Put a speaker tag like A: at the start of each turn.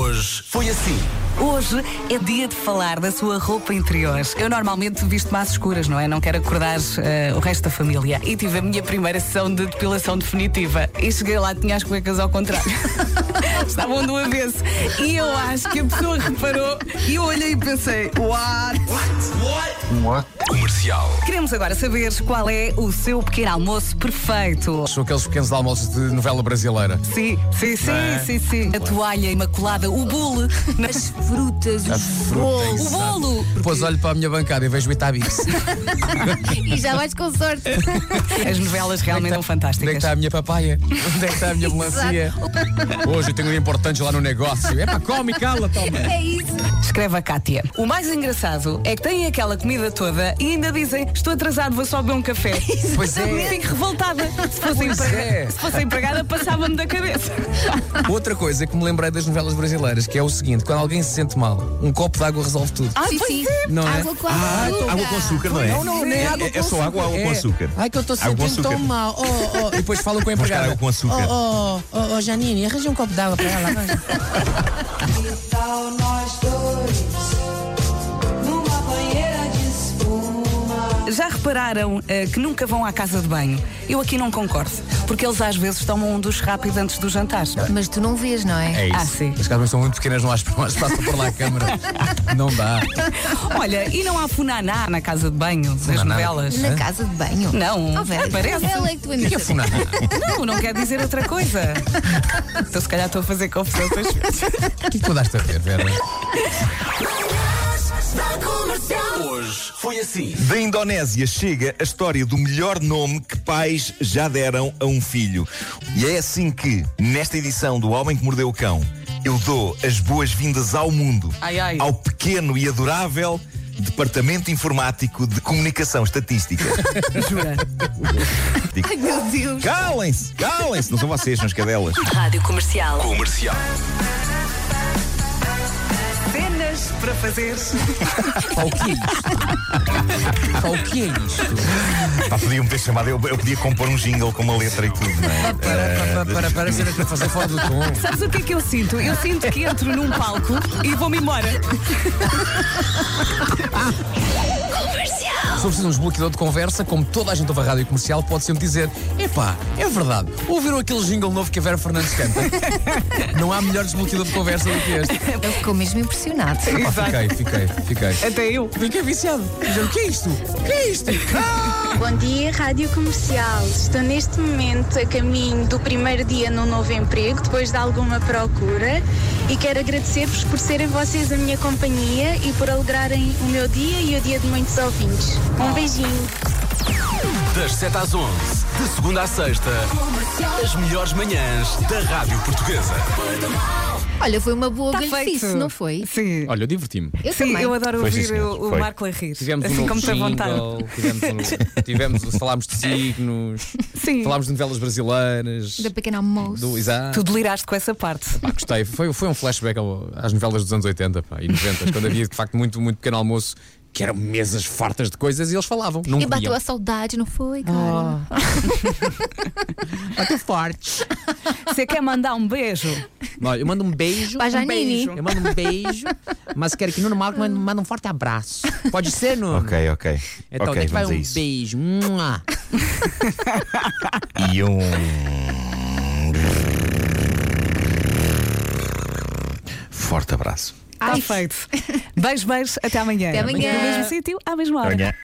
A: Hoje foi assim.
B: Hoje é dia de falar da sua roupa interior. Eu normalmente visto mais escuras, não é? Não quero acordar eh, o resto da família. E tive a minha primeira sessão de depilação definitiva. E cheguei lá, tinha as cuecas ao contrário. Estavam do avesso. E eu acho que a pessoa reparou. E eu olhei e pensei, what?
A: Comercial.
B: Queremos agora saber qual é o seu pequeno almoço perfeito.
C: São aqueles pequenos almoços de novela brasileira.
B: Sim, sim, sim,
C: é?
B: sim, sim. A toalha imaculada, o bolo.
D: As frutas, os bolos.
B: O bolo!
C: Depois olho para a minha bancada e vejo o Itabix. Onde
D: E já vais com sorte.
B: As novelas realmente são
C: é que
B: fantásticas.
C: está a minha papaya? Onde é que está a minha melancia? Hoje eu tenho um dia importante lá no negócio. É para come, cala, toma.
D: É isso.
B: Escreve a Kátia. O mais engraçado é que têm aquela comida toda e ainda dizem: Estou atrasado, vou só beber um café.
C: Pois é.
B: Fico revoltada. Se fosse,
C: Pois
B: empregada,
C: é.
B: se fosse empregada, passava-me da cabeça.
C: Outra coisa que me lembrei das novelas brasileiras, que é o seguinte: quando alguém se sente mal, um copo de água resolve tudo.
B: Ah,
D: Sim,
B: pois
D: sim.
B: é.
C: Não é?
D: Água com
E: Ah,
D: açúcar.
E: água com açúcar, não é?
C: Não, não, nem
E: É-
C: água com
E: é só água, água com
C: É.
E: açúcar.
C: Ai, que eu estou
E: Água com
C: sentindo
E: açúcar.
C: tão mal. Oh, oh. E depois falo com a
E: Vou buscar
C: empregada.
E: água com açúcar.
F: Oh, oh, oh, oh, Janine, arranja um copo d'água para ela. vai.
G: Que tal nós dois numa banheira de espuma?
B: Já repararam eh, que nunca vão à casa de banho? Eu aqui não concordo, porque eles às vezes tomam um dos rápidos antes do jantar.
D: Mas tu não vês, não é?
C: É isso.
B: Ah, sim.
C: As câmaras são muito pequenas, não há espaço passa por lá a câmara. Não dá.
B: Olha, e não há funaná na casa de banho das
C: Funaná?
B: novelas?
D: Na casa de banho.
B: Não,
D: Oh, Vera,
B: parece.
D: Ela é que tu
C: O que é
D: ainda
C: funar?
B: Não, não quer dizer outra coisa. Então, se calhar, estou a fazer confusão. Estou a
C: O que é que tu andaste a ver, Vera?
A: Hoje foi assim.
E: Da Indonésia chega a história do melhor nome que pais já deram a um filho. E é assim que, nesta edição do Homem que Mordeu o Cão, eu dou as boas-vindas ao mundo,
B: Ai, ai.
E: ao pequeno e adorável Departamento Informático de Comunicação Estatística.
B: Jura?
D: Ai, meu Deus.
E: calem-se, calem-se! Não são vocês, são as cadelas.
B: Rádio Comercial.
A: Comercial.
B: Cenas para fazer.
C: Pá, o que é isto? Pá, o que é isto?
E: Pá, podiam-me ter chamado, eu, eu podia compor um jingle com uma letra e tudo, não é?
C: Para, para, para, para, para, para fazer fora do tom.
D: Então.
B: Sabes o que é que eu sinto? Eu sinto que entro num palco e vou-me embora.
C: Se eu preciso de um desbloqueador de conversa, como toda a gente ouve a rádio comercial, pode sempre dizer: epá, é verdade, ouviram aquele jingle novo que a Vera Fernandes canta? Não há melhor desbloqueador de conversa do que este.
D: Ele ficou mesmo impressionado.
C: Pá, fiquei, fiquei, fiquei.
B: Até eu.
C: Fiquei viciado. Dizer, o que é isto? O que é isto?
H: Bom dia, Rádio Comercial. Estou neste momento a caminho do primeiro dia no novo emprego, depois de alguma procura, e quero agradecer-vos por serem vocês a minha companhia e por alegrarem o meu dia e o dia de muitos ouvintes. Um beijinho.
A: Das 7 às 11, de segunda à sexta, as melhores manhãs da Rádio Portuguesa.
D: Olha, foi uma boa
B: Está
D: galhofice,
B: Tá feito.
D: não foi?
B: Sim.
I: Olha, eu diverti-me.
D: Eu
B: Sim,
D: também.
B: eu adoro
E: Foi, sim,
B: ouvir
E: senhores,
B: o, o
E: foi.
B: Marco a rir.
I: Tivemos um
B: assim
I: novo
B: como está à vontade.
I: jingle, tivemos, um novo- tivemos, falámos de signos,
B: Sim.
I: falámos de novelas brasileiras,
D: Da pequena almoço.
I: do exato.
B: Tu deliraste com essa parte.
I: Pá, gostei, foi, foi um flashback ao- às novelas dos anos 80 pá, e 90, quando havia de facto muito, muito pequeno almoço, que eram mesas fartas de coisas e eles falavam.
C: Um
I: Não
D: E bateu
I: comiam.
D: a saudade, não foi,
B: Ah,
D: cara?
F: Bateu forte.
B: Você quer mandar um beijo?
I: Olha, eu mando um beijo.
D: Para a Janine.
F: Eu mando um beijo, mas quero que Nuno Marco mande, mande um forte abraço. Pode ser, Nuno?
E: Ok, ok.
F: Então,
E: ok,
C: é
I: é
F: daqui vai
E: vamos a
F: um
E: isso.
F: beijo. Mua.
E: E um. Forte abraço.
B: Está feito. Beijo, beijo. Até amanhã. tá
D: Até amanhã.
B: No mesmo sítio, à mesma hora.
E: Até amanhã.